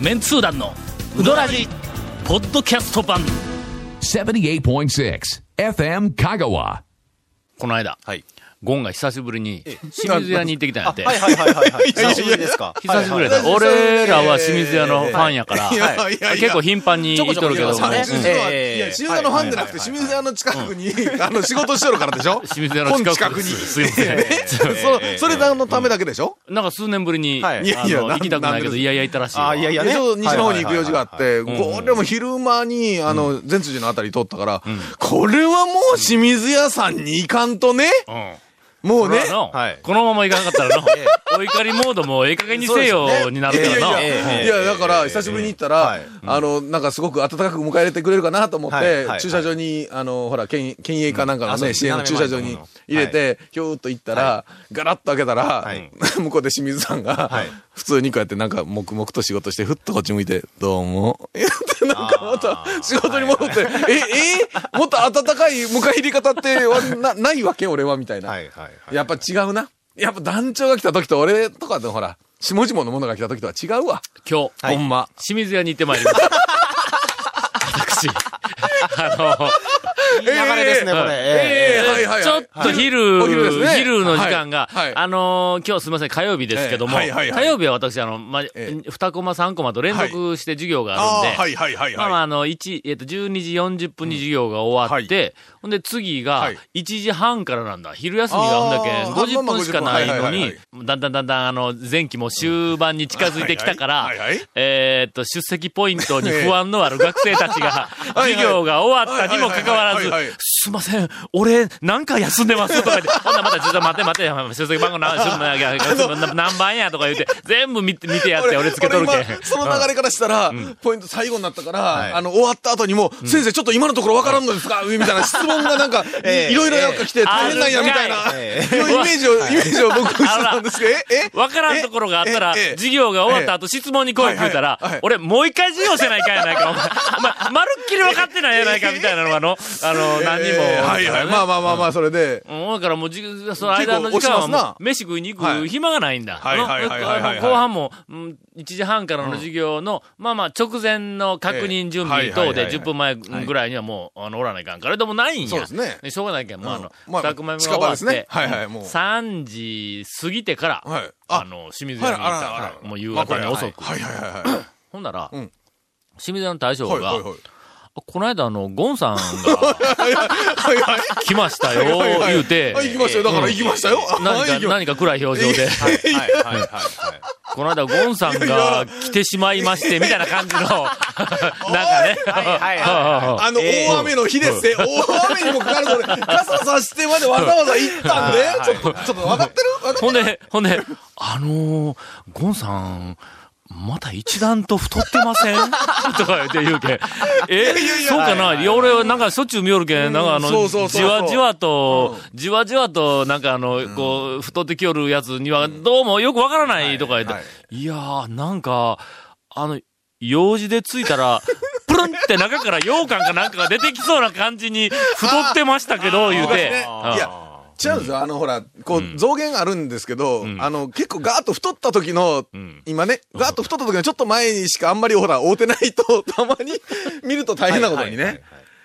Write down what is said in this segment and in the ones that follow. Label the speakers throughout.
Speaker 1: メンツー団のウドラジポッドキャスト版
Speaker 2: 78.6 FM Kagawa.
Speaker 1: この間、
Speaker 3: はい。
Speaker 1: ゴンが久しぶりに清水屋に行ってきたんやって、
Speaker 3: はいはいはいはいはい。久しぶりですか。
Speaker 1: 久しぶりや
Speaker 3: は
Speaker 1: っ
Speaker 3: い
Speaker 1: た
Speaker 3: はい
Speaker 1: 俺らは清水屋のファンやから、
Speaker 4: はいいやいやいや
Speaker 1: 結構頻繁に行っとるけども、
Speaker 3: ちょこちょこ行ってます
Speaker 1: うん
Speaker 4: 清水屋は、
Speaker 3: ええ
Speaker 4: いや、清水屋のファンじゃなくて、清水屋の近くに、あの、仕事してる からでしょ
Speaker 1: 清水屋の近く
Speaker 4: 本に。
Speaker 1: すすいません
Speaker 4: そ、それのためだけでしょ
Speaker 1: なんか数年ぶりに、
Speaker 3: はい
Speaker 4: いや
Speaker 1: あ
Speaker 4: いや
Speaker 1: の
Speaker 4: なん
Speaker 1: 行きたくないけ
Speaker 4: なん
Speaker 1: ど
Speaker 4: で
Speaker 1: いやいや行ったらしいわ
Speaker 3: あ、いやいや
Speaker 4: で
Speaker 3: ね。
Speaker 4: ちょうど西の方に行く用事があ
Speaker 3: て
Speaker 4: って、これも昼間に、あの、全通寺のあたり通ったから、これはもう清水屋さんに行かんとね、もうね、
Speaker 1: そらの
Speaker 3: はい
Speaker 1: このまま行かなかったら の、お怒りモードもええ加減にせ
Speaker 3: そうです
Speaker 1: よ
Speaker 3: ね
Speaker 1: にないる
Speaker 4: やい
Speaker 1: から
Speaker 4: や
Speaker 1: ない
Speaker 4: や、
Speaker 3: ええ
Speaker 4: いやだから、久しぶりに行ったら、
Speaker 3: ええ
Speaker 4: あの、なんかすごく温かく迎え入れてくれるかなと思って、
Speaker 3: はいはい
Speaker 4: 駐車場に、あの、ほら、県県営かなん
Speaker 3: う
Speaker 4: か
Speaker 3: ん
Speaker 4: の
Speaker 3: あそう
Speaker 4: ね、
Speaker 3: です
Speaker 4: 支援の駐車場に入れて、ひょーっと行ったら、ガラッと開けたら、
Speaker 3: い
Speaker 4: 向こうで清水さんが、
Speaker 3: はい
Speaker 4: 普通にこうやってなんか黙々と仕事して、ふっとこっち向いて、どうも。言ってなんかまた
Speaker 3: あー
Speaker 4: 仕事に戻って、え、えもっと温かい迎え入れ方ってわなないわけ俺は、みたいな。
Speaker 3: はいはいはい。
Speaker 4: やっぱ違うな。やっぱ団長が来た時と俺とかのほら、下々の者が来た時とは違うわ。
Speaker 1: 今日、
Speaker 4: ほんま。
Speaker 1: 清水屋に行ってまいり ました。私、あの、
Speaker 3: いい流れですね、これ。ええ
Speaker 4: ええはいはいはい
Speaker 1: ちょっと昼、
Speaker 4: お昼ですね
Speaker 1: 昼の時間が、
Speaker 4: はいはい
Speaker 1: あのー今日すみません、火曜日ですけども、
Speaker 4: ええはいはいはい
Speaker 1: 火曜日は私、あの、ま、
Speaker 4: え
Speaker 1: 2コマ3コマと連続して授業があるんで、
Speaker 4: いはいはい
Speaker 1: まあまあ、あの、1、えっと、12時40分に授業が終わって、ほんで次が
Speaker 4: はい
Speaker 1: 1時半からなんだ。昼休みがあんだけ
Speaker 4: あー
Speaker 1: ん50分しかない
Speaker 4: ま
Speaker 1: の
Speaker 4: あまあ50分はいはい
Speaker 1: にだ
Speaker 4: は、
Speaker 1: んだんだんだん、あの、前期も終盤に近づいてきたか
Speaker 4: は
Speaker 1: ら
Speaker 4: いはいはいはい、
Speaker 1: えーっと、出席ポイントに不安のある学生たちが、授業が終わったにもかかわら
Speaker 4: はい
Speaker 1: ず
Speaker 4: はいはいはいはいはい、
Speaker 1: すいません、俺、なんか休んでますとか言って、ほんならまた、ちょっと待て待て、出席番号何何何番やとか言って、全部見て見てやって、俺つけとるけん
Speaker 4: 俺。今その流れからしたら、ポイント最後になったから、
Speaker 3: はい
Speaker 4: あの、終わった後にも、先生、ちょっと今のところわからんの ですかみたいな質問がなんか、
Speaker 3: ええ
Speaker 4: いろいろなんか来て、大変なんや、みたいな、
Speaker 3: え
Speaker 4: いうイメージを、イメージを僕してたんですけど、ええ
Speaker 1: わからんところがあったら
Speaker 4: えええ、え
Speaker 1: 授業が終わった後質問に来いって言うたら
Speaker 4: はいはいはい、
Speaker 1: 俺もう一回授業せないかんやないか、お前、お前、まるっきり分かってないやないかみたいなの がの、あの、何人も。
Speaker 4: ええはいはい。まあまあまあまあ、それで。
Speaker 1: うんだからもうじ、その間の時間は
Speaker 4: 結構押しま
Speaker 1: も
Speaker 4: すな
Speaker 1: う、飯食いに行
Speaker 4: は
Speaker 1: く
Speaker 4: い
Speaker 1: 暇がないんだ。
Speaker 4: はいはいはいはいはい
Speaker 1: あの後半も、うん1時半からの授業の、まあまあ、直前の確認準備等
Speaker 4: ええはいはい
Speaker 1: で、
Speaker 4: はいはい
Speaker 1: 10分前ぐらいにはもう、あの、おらないかんから、でもないんや。
Speaker 4: そうですね
Speaker 1: しょうがないけん、もうあの、
Speaker 4: うんまあ
Speaker 1: 二組目が終
Speaker 4: 近
Speaker 1: わ
Speaker 4: 場
Speaker 1: っ
Speaker 4: で
Speaker 1: て、
Speaker 4: すねはいはいもう
Speaker 1: 3時過ぎてから、
Speaker 4: はい
Speaker 1: あ
Speaker 4: あ
Speaker 1: の、清水屋に行った
Speaker 4: はいあらあら
Speaker 1: か
Speaker 4: あ
Speaker 1: ら、
Speaker 4: ら
Speaker 1: もう夕方に遅く。
Speaker 4: はいはいはいはい。
Speaker 1: ほんなら、
Speaker 4: ん
Speaker 1: 清水屋の大将
Speaker 4: はい
Speaker 1: が、
Speaker 4: はいはい。
Speaker 1: この間あの、ゴンさんが
Speaker 4: はいはい。
Speaker 1: 来ましたよ、 言うて、
Speaker 4: あ行きましたよ。だから行きましたよ。
Speaker 1: 何
Speaker 4: はい行き
Speaker 1: か、
Speaker 4: ま
Speaker 1: 何か暗い表情で、
Speaker 3: えはいはいはいはい。
Speaker 1: この間ゴンさんが来てしまいまして、みたいな感じ の、なんかね。
Speaker 3: はい は
Speaker 4: あの、
Speaker 3: ええ
Speaker 4: 大雨の日ですって、大雨にもかかるこれ、傘さしてまでわざわざ行ったんで、ちょっと、ちょっと分かってる分かっ
Speaker 1: ほんで、ほんで、あのー、ゴンさん、また一段と太ってません とか言って言うけん。え、そうかないや、俺、なんかしょっちゅう見よるけん、なんかあ
Speaker 4: そ
Speaker 1: の、
Speaker 4: うそうそうそう
Speaker 1: じわじわと、じわじわと、なんかあの、こう、太ってきよるやつには、どうもよくわからないとか言って、いやー、なんか、あの、用事で着いたら、 プルンって中から羊羹かなんかが出てきそうな感じに、太ってましたけど、言うて。
Speaker 4: た。いや、違うんですよ。あの、ほら、こう、増減あるんですけど、あの、結構ガーッと太った時の、今ね、ガーッと太った時のちょっと前にしかあんまりほら、会うてないと、 たまに見ると大変なことにね。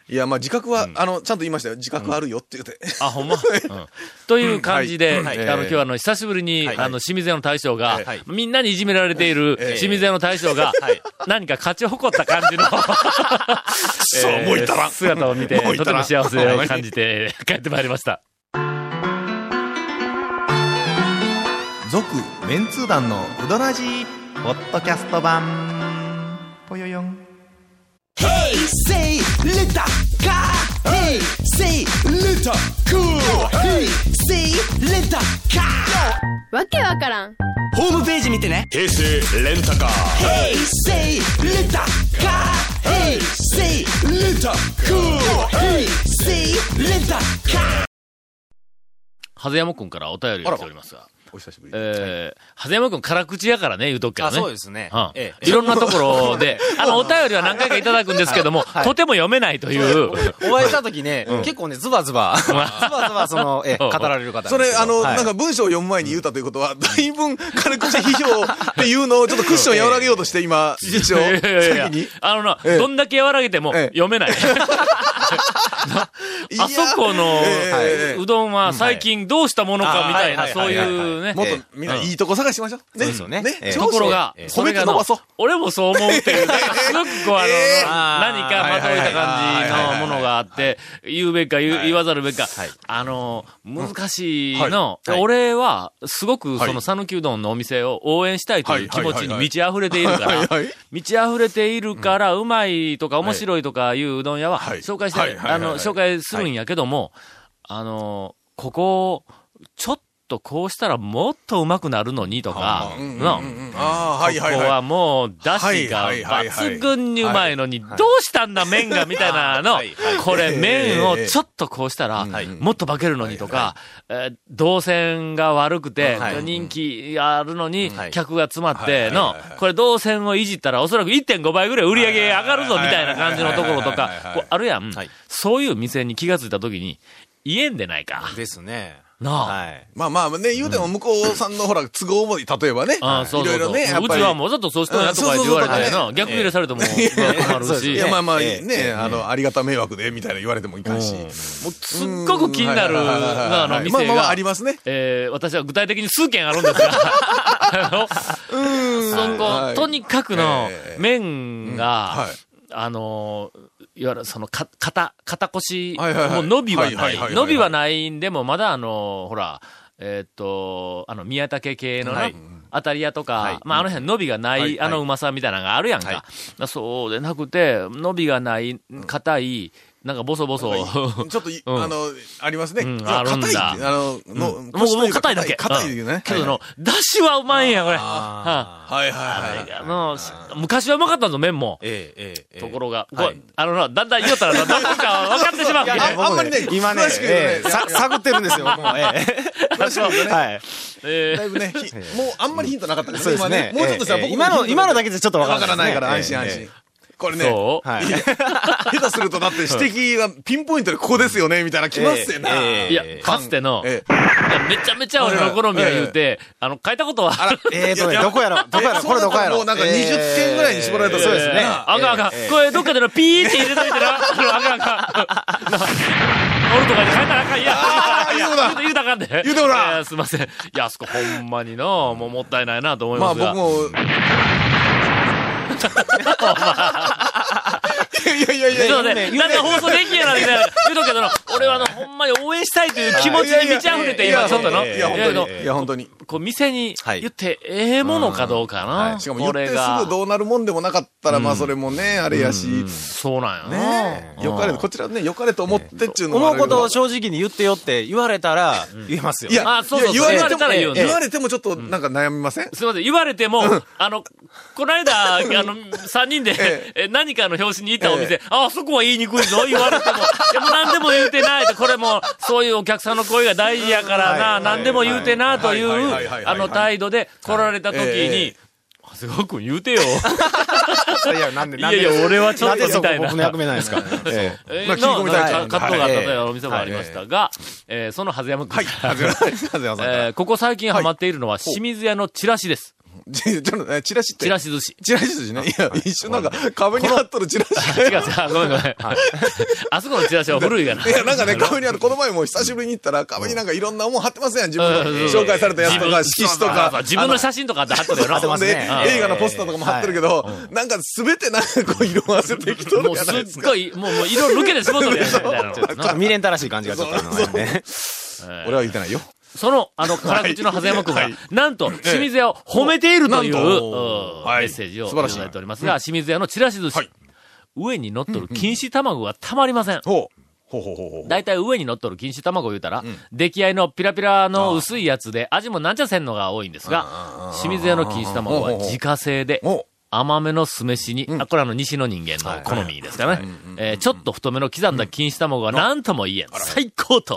Speaker 4: いや、まあ自覚は、あの、ちゃんと言いましたよ。自覚あるよって言うて。
Speaker 1: あ、ほんま。うんという感じで、
Speaker 4: うんはい
Speaker 1: あの、今日はあの、久しぶりに、
Speaker 3: はい
Speaker 1: あの、清水屋の大将が、
Speaker 3: はい
Speaker 1: みんなにいじめられている
Speaker 4: ええ
Speaker 1: 清水屋の大将が、何か勝ち誇った感じの、
Speaker 4: そうもういたらん
Speaker 1: 姿を見て、
Speaker 4: もうい
Speaker 1: とて
Speaker 4: たら
Speaker 1: も
Speaker 4: ん
Speaker 1: 幸せを感じて帰ってまいりました。
Speaker 3: 続、メンツー団のウドラジー、ポッドキャスト版、ぽよよん。
Speaker 5: say little car. Hey, say little cool. Hey, say little car.
Speaker 6: わけわからん
Speaker 5: ホームページ見てね。平成レンタカー。Hey, say little car. Hey, say little cool. Hey, say little car.
Speaker 1: はずやもくんからお便りが来ておりますが、
Speaker 4: お久しぶり。
Speaker 1: えー、長谷山くん辛口やからね、言うとくけど
Speaker 6: あ、
Speaker 1: ね。
Speaker 6: そうですね。
Speaker 1: は
Speaker 6: え
Speaker 1: い
Speaker 6: え。
Speaker 1: ろんなところで、あの、お便りは何回かいただくんですけども、
Speaker 6: はい
Speaker 1: とても読めないという。
Speaker 6: お会いした時ね、結構ね、ズバズ バ、ズバズバ、その、ええ、語られる方なんです
Speaker 4: そ
Speaker 6: けど。
Speaker 4: れ、あの、
Speaker 6: はい
Speaker 4: なんか文章を読む前に言うたということは、だいぶ軽口批評っていうのをちょっとクッション和らげようとして今、一 応、
Speaker 1: いやいやいや
Speaker 4: 先に。
Speaker 1: あのな、
Speaker 4: ええ
Speaker 1: どんだけ和らげても
Speaker 4: ええ
Speaker 1: 読めない。あそこの、
Speaker 4: ええ
Speaker 1: うどんは最近どうしたものかみたいな、
Speaker 6: あー
Speaker 1: そう
Speaker 6: はいはいはいはい
Speaker 1: いうね。
Speaker 4: もっとみんないいとこ探しましょう。
Speaker 6: そ
Speaker 4: ね。
Speaker 6: うですよねええ
Speaker 1: ところが、
Speaker 6: ええ
Speaker 1: それが
Speaker 4: 褒めて伸ばそう
Speaker 1: 俺もそう思うって いう、すごくこう、あの、何かまといた感じのものがあって、言うべきか言う言わざるべきか、あの、難しいの、俺は、すごくその讃岐うどんのお店を応援したいという気持ちに満ち溢れているから、満ち溢れているから、うまいとか面白いとかいううどん屋は、紹介して、あの、紹介するんやけども、あの、ここ、ちょっとこうしたらもっとうまくなるのにとか、の、
Speaker 4: ああ、はいはい
Speaker 1: ここ
Speaker 4: はい。
Speaker 1: はもう、だしが
Speaker 4: はいはいはいはい
Speaker 1: 抜群にうまいのに、どうしたんだ麺がみたいなの
Speaker 6: はいは、
Speaker 1: これ麺を
Speaker 4: ええ
Speaker 1: ちょっとこうしたら
Speaker 6: はい、
Speaker 1: もっと化けるのにとか、えー動線が悪くて
Speaker 6: は、い
Speaker 1: 人気あるのに
Speaker 6: は、い
Speaker 1: 客が詰まっての、これ動線をいじったらおそらく1.5倍ぐらい売り上げ上がるぞみたいな感じのところとか、こうあるやん
Speaker 6: はい。
Speaker 1: そういう店に気がついた時に、言えんでないか。
Speaker 6: ですね。
Speaker 1: なあ
Speaker 6: はい。
Speaker 4: まあまあね、言うても向こうさんのほら、都合もい、例えばね。い
Speaker 1: ああ、そう
Speaker 4: ろ
Speaker 1: そう
Speaker 4: い
Speaker 1: そ
Speaker 4: ろ
Speaker 1: う。
Speaker 4: ね、やっ
Speaker 1: う
Speaker 4: ぱ
Speaker 1: ち
Speaker 4: り。
Speaker 1: はもうちょっとそうしてくださいとかって言われたら
Speaker 4: そうそうそう
Speaker 1: な、逆入れされても 困るし。
Speaker 4: いや、まあまあね、あの、ありがた迷惑で、みたいな言われてもいかんし。
Speaker 1: もうすっごく気になる、
Speaker 4: うんはいはいはいはい
Speaker 1: あの、
Speaker 4: まあ
Speaker 1: 店
Speaker 4: まあまあ、
Speaker 1: が
Speaker 4: あ、りますね。
Speaker 1: えー私は具体的に数件あるんです が、あの、そ
Speaker 4: は
Speaker 1: こ、
Speaker 4: い
Speaker 1: とにかくの
Speaker 4: え、ー
Speaker 1: 麺
Speaker 4: は
Speaker 1: が
Speaker 4: い、
Speaker 1: あの、いわゆるその、か、肩、肩腰、
Speaker 4: はいはいは
Speaker 1: も
Speaker 4: い
Speaker 1: う伸びは
Speaker 4: は
Speaker 1: ない
Speaker 4: はいはいはい
Speaker 1: い。伸びはないんでも、まだあの、ほら、えーっと、あの、宮武系のな、アタリアとか、まあ、あの辺伸びがない、
Speaker 4: はい
Speaker 1: あのうまさみたいなのがあるやんか。だそうでなくて、伸びがない、硬い、なんかボソボソ、
Speaker 4: ちょっとい、
Speaker 1: うん
Speaker 4: あの、ありますね。
Speaker 1: うん
Speaker 4: その
Speaker 1: あるんだ
Speaker 4: 硬いってあの、の
Speaker 1: もう、もう硬いだけ。
Speaker 4: 硬いだ
Speaker 1: うん
Speaker 4: け
Speaker 1: け
Speaker 4: ど
Speaker 1: ど
Speaker 4: ね。
Speaker 1: の、だしはうまいんや、これ。は
Speaker 4: は
Speaker 1: い
Speaker 4: いはいはいはい。
Speaker 1: あの、昔はうまかったぞ、麺も。
Speaker 6: ええ、ええええ。
Speaker 1: ところが、
Speaker 6: はい
Speaker 1: こうあのな、だんだん言おったらな、何か分かってしまう。
Speaker 6: いや
Speaker 4: ああんまりね
Speaker 6: 今ね
Speaker 4: 詳しく、言うとね
Speaker 6: ええさ探ってるんですよ、僕も。え
Speaker 4: 詳しく言うと
Speaker 6: え。
Speaker 4: ね
Speaker 6: はい。
Speaker 1: え
Speaker 4: だいぶね、ひもうあんまりヒントなかったです
Speaker 6: そうですね。
Speaker 4: 今もうちょっとしたら
Speaker 6: ええ
Speaker 4: 僕
Speaker 6: 今の、今のだけ
Speaker 4: け
Speaker 6: じゃちょっとわか
Speaker 4: わからら
Speaker 6: な
Speaker 4: ないいから
Speaker 6: で
Speaker 4: 安
Speaker 6: す
Speaker 4: 心
Speaker 6: ね
Speaker 4: 安
Speaker 6: え
Speaker 4: 心。これ
Speaker 1: ー
Speaker 4: ね、
Speaker 1: そう、
Speaker 6: はい
Speaker 4: いや下手するとだって指摘がピンポイントでここですよね、みたいな来ますよな。
Speaker 6: ええ
Speaker 1: いや
Speaker 6: え、え
Speaker 1: かつての、
Speaker 4: え
Speaker 1: めちゃめちゃ俺の好みは言うて、あの、変えたことは、
Speaker 4: ら
Speaker 6: え。えーとね、どこやろどこやろ
Speaker 4: え
Speaker 6: これどこやろ
Speaker 4: そうなったらもうなんか20件ぐらいに絞られたら
Speaker 6: そうです
Speaker 1: え
Speaker 6: ね。
Speaker 1: ー あかんあかん
Speaker 6: ええええ。
Speaker 1: これ、どっかでのピーって入れといてな。あのあかんあかん。な 俺とかに変えたらあかん。いや、
Speaker 4: あー
Speaker 1: 言うたらあかん言うたらあかんで。
Speaker 4: 言うたら
Speaker 1: えーすいません。いや、あそこほんまにの、もうもったいないなと思い
Speaker 4: ま
Speaker 1: ますが。
Speaker 4: あ僕も。いやいやいやい
Speaker 1: そう
Speaker 4: や。
Speaker 1: ね、だんだん放送できんやな、みたいな。言うとくけどな、俺はあの、ほんまに応援したいという気持ちに満ち溢れて、今ちょっとの。
Speaker 4: いや、
Speaker 1: いやけ
Speaker 4: 本
Speaker 1: ど
Speaker 4: 当に。いや、本当に。
Speaker 1: こう、店に
Speaker 6: はい
Speaker 1: 言ってええものかどうかな。
Speaker 4: しかも言っ
Speaker 1: これ
Speaker 4: て
Speaker 1: が
Speaker 4: すぐどうなるもんでもなかったら、まあそれもね、あれやし、
Speaker 1: そうなんやな。
Speaker 4: ねえよかれ、こちらね、よかれと思ってっちゅうのも
Speaker 6: 思
Speaker 4: あ
Speaker 6: う
Speaker 4: るけ
Speaker 6: こ
Speaker 4: ど
Speaker 6: とを正直に言ってよって言われたら、言えますよ。
Speaker 4: いや、
Speaker 1: あそうそう
Speaker 4: いや言わ
Speaker 1: 言われ
Speaker 4: れて
Speaker 1: たら言う
Speaker 4: も、
Speaker 1: の
Speaker 4: 言われてもちょっとなんか悩みません
Speaker 1: すみません、言われても、あの、この間、 あの、3人で、
Speaker 4: え
Speaker 1: え何かの表紙に行ったお店、あ、そこは言いにくいぞ、言われて も、でも何でも言うてないと、これも、そういうお客さんの声が大事やからな、何でも言うてな、とい、
Speaker 4: はいはいはいはいう
Speaker 1: あの、態度で来られた時に、
Speaker 4: え
Speaker 1: 長谷川君言うてよ。
Speaker 6: いや、なんで、
Speaker 1: いやいや、俺はちょっ
Speaker 6: なん
Speaker 1: と
Speaker 6: でそ
Speaker 1: み
Speaker 6: こ
Speaker 1: たいな。
Speaker 6: 僕の役目なんですか。ええ
Speaker 1: えー
Speaker 4: まあ切り込みたい
Speaker 1: のか葛藤があったとい
Speaker 6: はいう
Speaker 1: お店もありましたが、えーその長谷山君から、えーここ最近ハマっているのは、清水屋のチラシです。
Speaker 4: ちょちょっとね、チラシって。
Speaker 1: チラシ寿司。
Speaker 4: チラシ筋ね。いや、一緒なんか、壁に貼っとるチラシ。
Speaker 1: 違う違う、ごめんごめん。 あそこのチラシは古いがな。
Speaker 4: いや、なんかね、壁にある、この前も久しぶりに行ったら、壁になんかいろんなもん貼ってますやん、自 分
Speaker 1: うん
Speaker 4: の紹介されたやつとか、色紙と
Speaker 1: そうそう
Speaker 4: か。
Speaker 1: 自分の写真とかって貼っとるよな。
Speaker 6: 貼ってます
Speaker 4: で、
Speaker 6: ね
Speaker 1: ええ
Speaker 4: 映画のポスターとかも貼ってるけど、なんか全てなんかこう色あせてきと
Speaker 1: も
Speaker 4: る
Speaker 1: う
Speaker 4: じゃ
Speaker 1: す
Speaker 4: ないです
Speaker 1: っ
Speaker 4: か。
Speaker 1: ごい、もう、もう色抜けてしもうとるやんみたいなの
Speaker 6: ちょっと未練たらしい感じがちょっとあのね。
Speaker 4: 俺は言ってないよ。
Speaker 1: その、あの、辛口の長谷山くんが、なんと、清水屋を褒めているという、うん
Speaker 4: なんとはい
Speaker 1: メッセージをい
Speaker 4: 素
Speaker 1: た
Speaker 4: 晴らしい
Speaker 1: だいておりますが、清水屋のチラシ寿司。上に乗っとる錦糸卵がたまりません。
Speaker 4: ほう。ほうほうほうほう。
Speaker 1: 大体上に乗っとる錦糸卵を言うたら、出来合いのピラピラの薄いやつで、味もなんちゃせんのが多いんですが、清水屋の錦糸卵は自家製で、
Speaker 4: も
Speaker 1: 甘めの酢飯に、あ、これあの西の人間の好みですかね。えーちょっと太めの刻んだ錦糸卵が何とも言えん。最高と、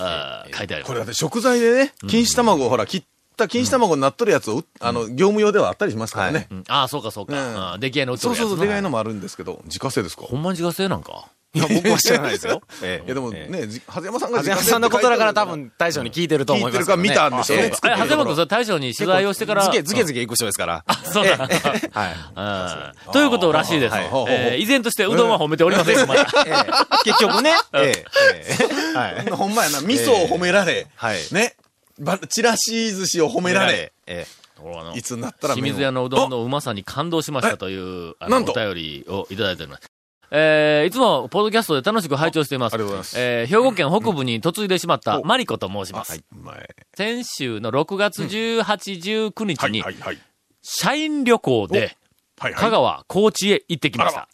Speaker 1: あー書いてあり
Speaker 4: う、
Speaker 1: ま
Speaker 4: これ
Speaker 1: す。
Speaker 4: だって食材でね、錦糸卵をほら、切っった錦糸卵になっとるやつを、あの、業務用ではあったりしますからね。
Speaker 1: うんああ、そうかそうか。
Speaker 4: うん
Speaker 1: ああ出来合いの売って
Speaker 4: そ
Speaker 1: るや
Speaker 4: う
Speaker 1: つな
Speaker 4: そうそう、出会いのもあるんですけど、自家製ですか
Speaker 1: ほんまに自家製なんか。
Speaker 6: いや、僕は知らないですよ。 え
Speaker 4: いやでも
Speaker 6: え
Speaker 4: ね、じ長谷山さん
Speaker 6: え
Speaker 4: が
Speaker 6: 長谷山さんのことだから多分大将に聞いてると思いますけどね
Speaker 4: 聞いてるか見たんでしょうね
Speaker 6: ええ
Speaker 1: あれ、長谷本さん、大将に取材をしてから。
Speaker 6: ずけ ずけずけ行く人ですから。あ、
Speaker 1: そうなんだうんということらしいです。
Speaker 6: はい
Speaker 1: えー依然としてうどんは褒めておりません。まだ
Speaker 6: ええ結局ね。ええええはい。
Speaker 4: ほんまやな、味噌を褒められ、
Speaker 6: はい
Speaker 4: ね、ばチラシ寿司を褒められ、。
Speaker 6: え
Speaker 1: ところがの
Speaker 4: いつになったら
Speaker 1: 清
Speaker 4: 麺を
Speaker 1: 水屋のうどんのうまさに感動しましたという、あの、
Speaker 4: な
Speaker 1: お
Speaker 4: んと
Speaker 1: 便りをいただいております。えーいつも、ポッドキャストで楽しく拝聴しています。
Speaker 4: あありがとうございます
Speaker 1: えー兵庫県北部に嫁いでしまった、
Speaker 4: お
Speaker 1: マリコと申します。
Speaker 4: お前
Speaker 1: 先週の6月18、19日に
Speaker 4: は、いはい。
Speaker 1: 社員旅行で、
Speaker 4: はい
Speaker 1: 香
Speaker 4: はい。
Speaker 1: 川、高知へ行ってきまし
Speaker 4: あら
Speaker 1: た。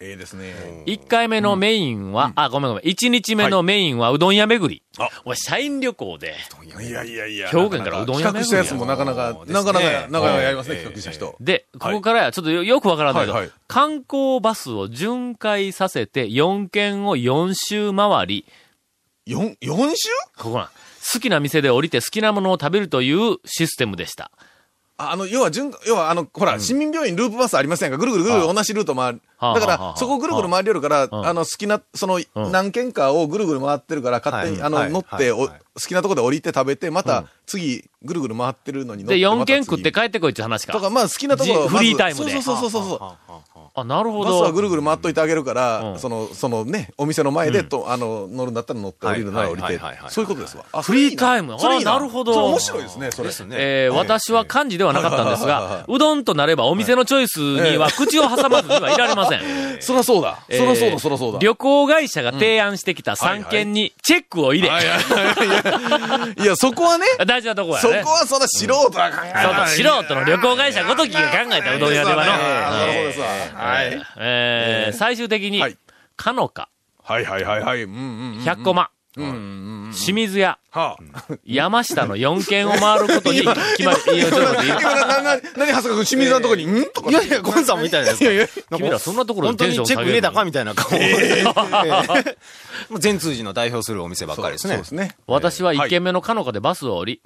Speaker 4: ええですね。
Speaker 1: 1回目のメインは、あ、ごめんごめん、1日目のメインはうどん屋巡り。お前、社員旅行で、
Speaker 4: いやいやいや。
Speaker 1: 兵庫県からうどん屋巡
Speaker 4: 企画
Speaker 1: り。
Speaker 4: したやつもなかなか、なかなか、なかなかやりますね、
Speaker 6: ええ
Speaker 4: 企画した人。
Speaker 1: で、ここからやちょっとよよくわからないけど、
Speaker 4: はいはい
Speaker 1: 観光バスを巡回させて4軒を4周回り、
Speaker 4: 四四週
Speaker 1: ここなん。好きな店で降りて好きなものを食べるというシステムでした。
Speaker 4: ああの、要は、順要は、あの、ほら、市民病院ループバスありませんかぐるぐるぐるぐる同じルート回る。
Speaker 1: はあ
Speaker 4: だか
Speaker 1: はあはあ
Speaker 4: ら、そこぐるぐる回りよるから、
Speaker 1: あ
Speaker 4: あの、好きな、その、
Speaker 1: ん
Speaker 4: 何軒かをぐるぐる回ってるから、勝手に、
Speaker 6: はい
Speaker 4: あの、
Speaker 6: はい
Speaker 4: 乗って、
Speaker 6: はい
Speaker 4: お
Speaker 6: は
Speaker 4: 好
Speaker 6: い
Speaker 4: きなとこで降りて食べて、また、次、ぐるぐる回ってるのに乗っ
Speaker 1: で、
Speaker 4: て。
Speaker 1: 4
Speaker 4: また次
Speaker 1: 軒食って帰ってこいっていう話
Speaker 4: と
Speaker 1: か。
Speaker 4: か、まあ、好きなところを
Speaker 1: じフリータイムで
Speaker 4: そうそうそうそうそう。
Speaker 1: あ、なるほ
Speaker 4: バスはぐ
Speaker 1: ど。
Speaker 4: るぐる回っといてあげるから、
Speaker 1: うん
Speaker 4: その、そのね、お店の前でと、あの、乗るんだったら乗って降りるなら降り
Speaker 6: はい
Speaker 4: て
Speaker 6: はいはいはいは、い
Speaker 4: そういうことですわ。あ
Speaker 1: フリータイム
Speaker 4: それいい
Speaker 1: あなるほど
Speaker 4: それ面白いですね、そ
Speaker 6: え
Speaker 4: れ。
Speaker 6: ですね。
Speaker 1: えー私は漢字ではなかったんです
Speaker 4: はいはいはい
Speaker 1: が
Speaker 4: は、
Speaker 1: うどんとなればお店のチョイスには口を挟まずにはいられません。
Speaker 4: そら そうだ。
Speaker 1: えー
Speaker 4: そらそうだ、そらそうだ。
Speaker 1: 旅行会社が提案してきた3軒にチェックを入れ、
Speaker 4: いや、そこはね、
Speaker 1: 大事なとこやね。
Speaker 4: そこはそら素人が考
Speaker 1: そう
Speaker 4: え
Speaker 1: だ
Speaker 4: な
Speaker 1: 素人の旅行会社ごときが考えたうどん屋ではの。
Speaker 4: なるほどですわ。
Speaker 1: はい。えー最終的に
Speaker 4: はい、
Speaker 1: かのか、
Speaker 4: はいはいはいはい。うんうん。
Speaker 1: 百駒、清水屋、
Speaker 4: はあ。
Speaker 1: 山下の4軒を回ることに決まり、いやちょっと待って
Speaker 4: 今、な、な、何、長谷川君、清水さんのとこに、んとか
Speaker 6: い。やいや、ゴンさんみたいじゃないですか。
Speaker 1: 君らそんなところ
Speaker 6: 本
Speaker 1: で
Speaker 6: 当
Speaker 1: テン
Speaker 6: に
Speaker 1: ション
Speaker 6: チェッ
Speaker 1: 下げ
Speaker 6: ク入
Speaker 1: る
Speaker 6: れた
Speaker 1: の
Speaker 6: かみたいな顔。ええもう全通寺の代表するお店ばっかりです
Speaker 4: そう
Speaker 6: ね
Speaker 4: で。すね。
Speaker 1: 私は1軒目のかのかでバスを降り、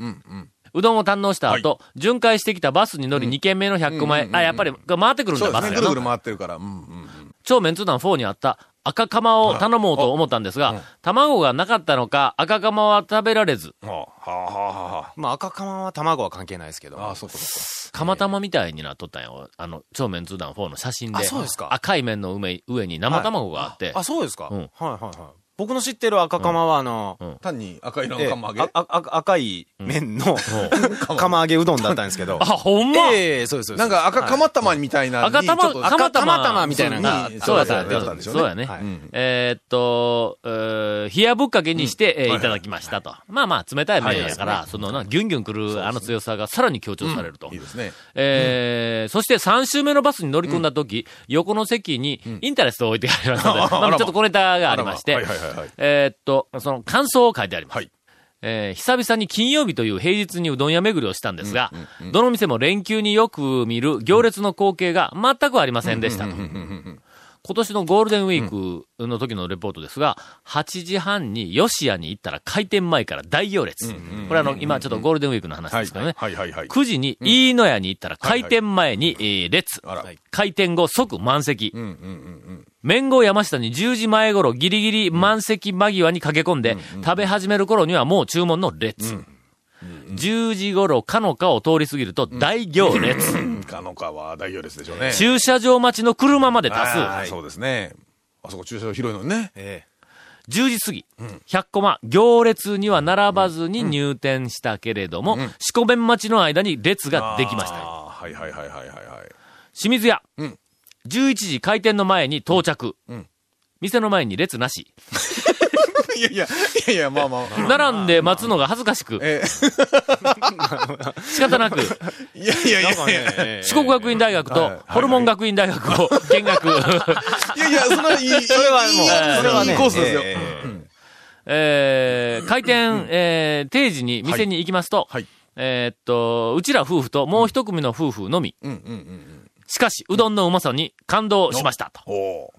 Speaker 1: うどんを堪能した後、巡回してきたバスに乗り2軒目の百駒へ、あ、やっぱり回ってくるん
Speaker 4: そ
Speaker 1: だ、
Speaker 4: うで
Speaker 1: バス
Speaker 4: すね。
Speaker 1: が
Speaker 4: ぐ
Speaker 1: な
Speaker 4: るぐる回ってるから。うんうん。
Speaker 1: 超メンツ団4にあった赤釜を頼もうと思ったんですが、卵がなかったのか赤釜は食べられず、
Speaker 4: はあ、はあ、はあ、は
Speaker 6: まあ赤釜は卵は関係ないですけど。
Speaker 4: あ。あ、そうか、そ
Speaker 1: 釜玉みたいになっとったんよ。あの、超メンツ団4の写真で。
Speaker 6: あそうですか
Speaker 1: 赤い麺の上上に生卵があって。
Speaker 6: あ、そうですか。
Speaker 1: う
Speaker 6: は
Speaker 1: ん
Speaker 6: いはいはい。僕の知ってる赤釜はあの、
Speaker 4: うか。単に赤色
Speaker 6: え
Speaker 4: の
Speaker 6: え
Speaker 4: 釜揚
Speaker 6: あ
Speaker 4: げ。
Speaker 6: ああ赤い麺の 釜揚げうどんだったんですけど
Speaker 1: あ、。ほんま、
Speaker 6: ええ、そうですそうです。
Speaker 4: なんか赤釜玉みたいな。
Speaker 1: 赤玉、
Speaker 4: ちょっと
Speaker 1: 玉
Speaker 6: 赤玉玉みたいなのが
Speaker 1: そうやった
Speaker 4: そうやったんでしょうね
Speaker 1: そうやね。
Speaker 6: はい
Speaker 1: うんえーっと、えー冷やぶっかけにして、えーいただきましたと。まあまあ、冷たい麺やから、そのな、ギュンギュンくるあの強さがさらに強調されると。
Speaker 4: いいですね。
Speaker 1: えーそして3周目のバスに乗り込んだ時、横の席にインタレストを置いてありましたの で、まあ、ちょっと小ネタがありまして、
Speaker 4: あらまはいはいはいはい
Speaker 1: えーっと、その感想を書いてあります。
Speaker 4: はい
Speaker 1: えー久々に金曜日という平日にうどん屋巡りをしたんですが、どの店も連休によく見る行列の光景が全くありませんでしたと。今年のゴールデンウィークの時のレポートですが、8時半に吉屋に行ったら開店前から大行列。これあの、今ちょっとゴールデンウィークの話ですけどね。
Speaker 4: はいはいはい。
Speaker 1: 9時に飯野屋に行ったら開店前に、えー列
Speaker 4: あら。
Speaker 1: 開店後即満席。麺後山下に10時前頃ギリギリ満席間際に駆け込んで、食べ始める頃にはもう注文の列。10時頃かのかを通り過ぎると大行 列。
Speaker 4: かのかは大行列でしょうね。
Speaker 1: 駐車場待ちの車まで多数。
Speaker 4: あーそうですね。あそこ駐車場広いのにね。
Speaker 6: え
Speaker 1: 10時過ぎ、100コマ、行列には並ばずに入店したけれども、四股弁待ちの間に列ができました。
Speaker 4: あーはいはいはいはいはいはい。
Speaker 1: 清水屋、
Speaker 4: うん
Speaker 1: 11時開店の前に到着。店の前に列なし。
Speaker 4: いやいや、いやいや、まあまあ。
Speaker 1: 並んで待つのが恥ずかしく、
Speaker 4: え
Speaker 1: 仕方 なく、
Speaker 4: ー、いやいやい
Speaker 6: え。な
Speaker 4: や
Speaker 6: んか
Speaker 4: いや、
Speaker 6: ねええ
Speaker 1: 四国学院大学とホルモン学院大学を見学。
Speaker 4: いやいや、それはいい、それはいい、
Speaker 1: それはね
Speaker 4: いいコースですよ。
Speaker 6: ええ
Speaker 1: えー開店、えー定時に店に行きますと、
Speaker 4: はいはい
Speaker 1: えーっと、うちら夫婦ともう一組の夫婦のみ。しかし、うどんのうまさに感動しましたと。
Speaker 4: おー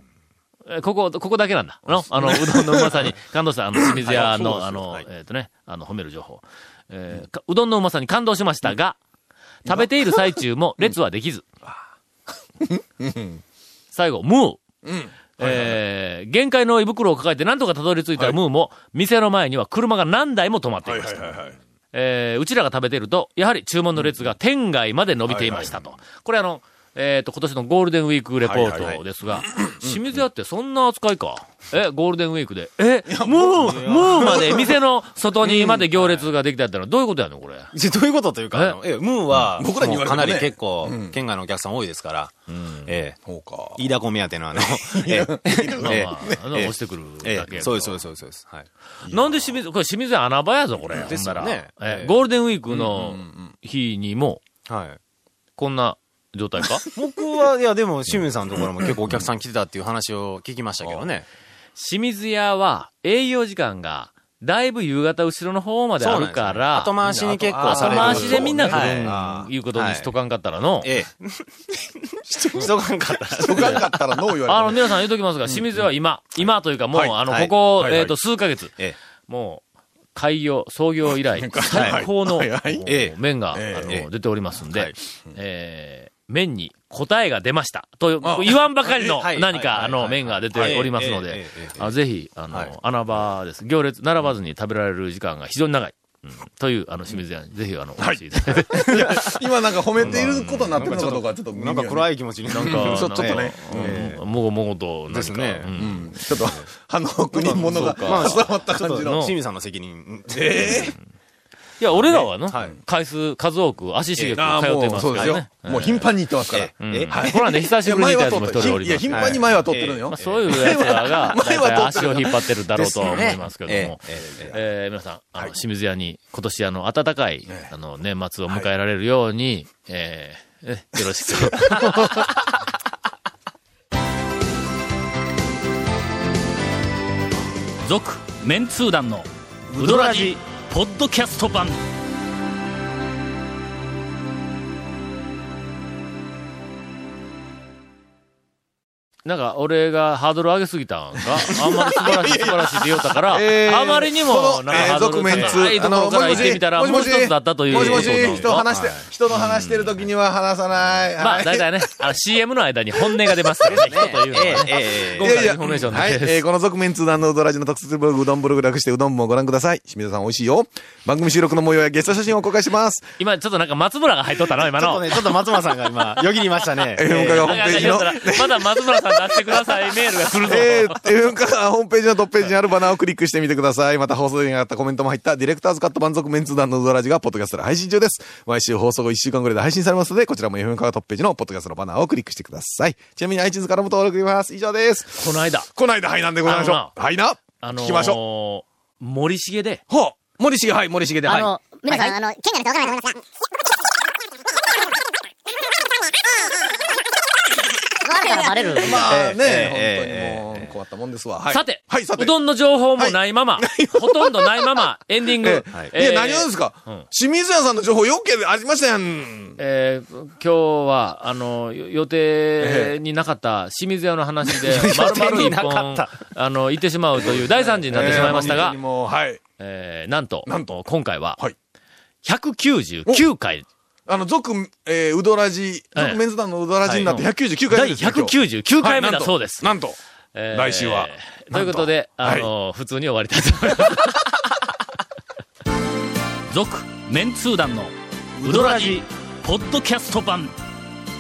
Speaker 1: えここ、ここだけなんだ。のあの、うどんのうまさ に感動した、あの、清水屋の、
Speaker 6: はい
Speaker 1: あの
Speaker 6: はい、
Speaker 1: えっ、とね、あの、褒める情報。えーかうどんのうまさに感動しましたが、食べている最中も列はできず。最後、ムー。えー限界の胃袋を抱えて何とかたどり着いたムーも、店の前には車が何台も止まっていました。えーうちらが食べてると、やはり注文の列が天外まで伸びていましたと。これあの、えっ、と、今年のゴールデンウィークレポートですが、清水屋ってそんな扱いか。え、ゴールデンウィークで。え、ムー、ムーまで、店の外にまで行列ができたってのはどういうことやねん、これ。
Speaker 6: でどういうことというか、あのええ、ムーは、
Speaker 4: 僕らに言わ
Speaker 6: もう
Speaker 4: れてもね
Speaker 6: かなり結構、県外のお客さん多いですから、ええ、
Speaker 4: そうか。
Speaker 6: 飯田子目当てのあの、ええ、
Speaker 1: まあ
Speaker 6: ええ
Speaker 1: まあ、あの
Speaker 6: ええ
Speaker 1: 押してくるだけや
Speaker 6: え
Speaker 1: け
Speaker 6: え、
Speaker 1: ど
Speaker 6: そうです、そうです、そうですそうです。はい。
Speaker 1: なんで清水、これ清水屋穴場やぞ、これ。
Speaker 6: です
Speaker 1: ほ
Speaker 6: よ
Speaker 1: んな
Speaker 6: ね
Speaker 1: らえ
Speaker 6: ええ
Speaker 1: ゴールデンウィークの日にも、
Speaker 6: はい。
Speaker 1: こんな状態か
Speaker 6: 僕は、いや、でも、清水さんのところも結構お客さん来てたっていう話を聞きましたけどね。
Speaker 1: 清水屋は営業時間が、だいぶ夕方後ろの方まであるか
Speaker 6: そうなん
Speaker 1: ら、
Speaker 6: ですよ後回しに結構
Speaker 1: 後
Speaker 6: される。
Speaker 1: 回しでみんな来る
Speaker 6: は
Speaker 1: ん、いうことにしとかんかったらの。
Speaker 6: ええ。人がんかったら。
Speaker 4: とかんかったらノー言
Speaker 1: あの、
Speaker 4: われ
Speaker 1: 皆さん言うときますが、清水屋は今、今というかもう、
Speaker 6: はい
Speaker 1: あの、
Speaker 6: は
Speaker 1: こ
Speaker 6: い
Speaker 1: こ、
Speaker 6: はいはい
Speaker 1: えっと、数ヶ月、
Speaker 6: ええ。
Speaker 1: もう、開業、創業以 来、最高の、
Speaker 4: はいはい
Speaker 1: もう
Speaker 6: ええ
Speaker 1: 麺が、あ
Speaker 4: え
Speaker 6: え
Speaker 1: の、出ておりますん
Speaker 6: は
Speaker 1: で
Speaker 6: い、
Speaker 1: えー麺に答えが出ました。と、言わんばかりの
Speaker 6: はいはい
Speaker 1: 何か、
Speaker 6: はい
Speaker 1: あ
Speaker 6: はい
Speaker 1: の、
Speaker 6: はい
Speaker 1: 麺が出ておりますの
Speaker 6: はいええ
Speaker 1: で
Speaker 6: えええ、え
Speaker 1: あぜひ、あ
Speaker 6: はい
Speaker 1: の、穴場です。行列、並ばずに食べられる時間が非常に長い。うんという、あの、清水屋に、ぜひ、あの、お越しいただいて。
Speaker 4: て。今なんか褒めていることになってるのかどうかちょっと微妙
Speaker 6: な
Speaker 4: や
Speaker 6: ん
Speaker 4: ね、
Speaker 6: か暗い気持 ちになんか、
Speaker 4: ちょっとね
Speaker 1: なんかうんもごもごと何か、
Speaker 6: ですね
Speaker 1: うん
Speaker 4: うんちょっと、あの、国物が
Speaker 6: まあ
Speaker 4: 挟まった
Speaker 6: ちょっ
Speaker 4: 感
Speaker 6: と
Speaker 4: じ
Speaker 1: の
Speaker 4: の。
Speaker 6: 清水さんの責任。
Speaker 1: いや、俺らはな、
Speaker 6: はい
Speaker 1: 回数、数多く、足しげく通
Speaker 4: ああ、
Speaker 1: って
Speaker 4: も
Speaker 1: ま
Speaker 4: う、
Speaker 1: す
Speaker 4: そう
Speaker 1: か
Speaker 4: で
Speaker 1: ら
Speaker 4: すよ
Speaker 1: ね。。
Speaker 4: もう頻繁に行ってますから。い
Speaker 1: うんほらね、久し
Speaker 4: や、
Speaker 1: ぶりに
Speaker 4: 前
Speaker 1: いた
Speaker 4: は
Speaker 1: やつも一
Speaker 4: 通って
Speaker 1: 人お
Speaker 4: る。
Speaker 1: り
Speaker 4: いや、
Speaker 1: ます。
Speaker 4: 頻繁に前は通ってるの
Speaker 1: まあ、
Speaker 4: よ。
Speaker 1: そういうやつらが、大
Speaker 4: 前
Speaker 1: 体
Speaker 4: は前は
Speaker 1: 足を引っ張ってるだろうとは思
Speaker 6: ですね
Speaker 1: いますけど
Speaker 6: え
Speaker 1: も
Speaker 6: え。ええええ
Speaker 1: えー皆さん、あの、清水屋に、今年、あの、暖かい、あの、年末を迎えられるように、えーえよろし く。
Speaker 7: 続メンツー団のウドラジポッドキャスト版
Speaker 1: なんか、俺がハードル上げすぎたんかあんまり素晴らしい、素晴らしいって言おうたから、
Speaker 4: えー
Speaker 1: あまりにも、
Speaker 4: そ
Speaker 1: な
Speaker 4: の
Speaker 1: んか
Speaker 4: え
Speaker 1: ハ
Speaker 4: ー
Speaker 1: ードル
Speaker 4: 続面通
Speaker 1: 高いところから行ってみたら、もう一つだったという。
Speaker 4: もしもし
Speaker 1: そうそう、
Speaker 4: 人を話して、人の話してる時には話さない。
Speaker 1: ま
Speaker 4: は
Speaker 1: あ、
Speaker 4: い
Speaker 1: 大体ね、あの CM の間に本音が出ますからね、人というのはね。
Speaker 6: ええ
Speaker 1: 今回の
Speaker 4: いやいや
Speaker 1: インフォメーション
Speaker 4: はい。
Speaker 1: だ
Speaker 4: え
Speaker 1: けで
Speaker 4: ー
Speaker 1: す。
Speaker 4: この続面通談のうどらじの特設ブログ、うどんブログ略してうどんもご覧ください。清水さん美味しいよ。番組収録の模様やゲスト写真を公開します。
Speaker 1: 今、ちょっとなんか松村が入っとったな、今
Speaker 6: ちょっと
Speaker 1: の。
Speaker 6: ね、ちょっと松村さんが今、よぎりましたね。
Speaker 4: えー、文化
Speaker 1: なん
Speaker 4: がホ
Speaker 1: か
Speaker 4: ームページ
Speaker 1: 言う
Speaker 4: の
Speaker 1: た。らまだ松村さん出してください、メールが来るぞ。
Speaker 4: えー、文化がホームページのトップページにあるバナーをクリックしてみてください。また放送に上がったコメントも入った、ディレクターズカット満足メンツ団のうどらじが、ポッドキャストで配信中です。毎週放送後1週間ぐらいで配信されますので、こちらも FM カトップページのポッドキャストのバナーをクリックしてください。ちなみに iTunes からも登録できます。以上です。
Speaker 1: この間、
Speaker 4: こないだ、はいなんでございまし
Speaker 1: あの
Speaker 4: ょう。はいな。
Speaker 1: あのー
Speaker 4: 聞きましょう。
Speaker 1: 森重で、
Speaker 4: ほう。森重、はい、森重で、はい。
Speaker 8: あの、皆さん、あの、県外の人わから ないと思いますが。わからないバレる。
Speaker 4: まあ
Speaker 6: え
Speaker 4: ね、
Speaker 6: え
Speaker 4: 本当にもう困ったもんですわ。はい
Speaker 1: さて、
Speaker 4: はい、さて。
Speaker 1: うどんの情報もないまま、ほとんどないま ま、エンディング
Speaker 4: え。えいや、何をです
Speaker 1: か
Speaker 4: か
Speaker 1: うん
Speaker 4: 清水屋さんの情報よけありましたやん。
Speaker 1: えー今日は、あの、よ予定になかった清水屋の話で、丸々一本、あの、行ってしまうという大惨事になってしまいました
Speaker 4: ええ
Speaker 1: が
Speaker 4: 本当に、もう、はい。
Speaker 1: えーなんと、
Speaker 4: なんと
Speaker 1: 今回は
Speaker 4: はい、
Speaker 1: 199回、
Speaker 4: あの、族、えー、うどらじ、
Speaker 1: ええ
Speaker 4: 族メンズ団のうどらじになって199回目
Speaker 1: 第
Speaker 4: ですね、
Speaker 1: 199
Speaker 4: 今日
Speaker 1: 回目だそうです。
Speaker 4: はいなんと。なんと
Speaker 1: えー
Speaker 4: 来週は。
Speaker 1: ということで、
Speaker 4: なん
Speaker 1: あ
Speaker 4: と
Speaker 1: の、普通に終わりたいと思います。
Speaker 7: 続メンツー団のウドラジポッドキャスト版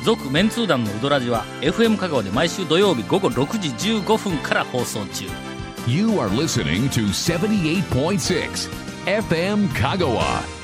Speaker 7: 続メンツー団のウドラジは FM 香川で毎週土曜日午後6時15分から放送中
Speaker 2: You are listening to 78.6 FM Kagawa.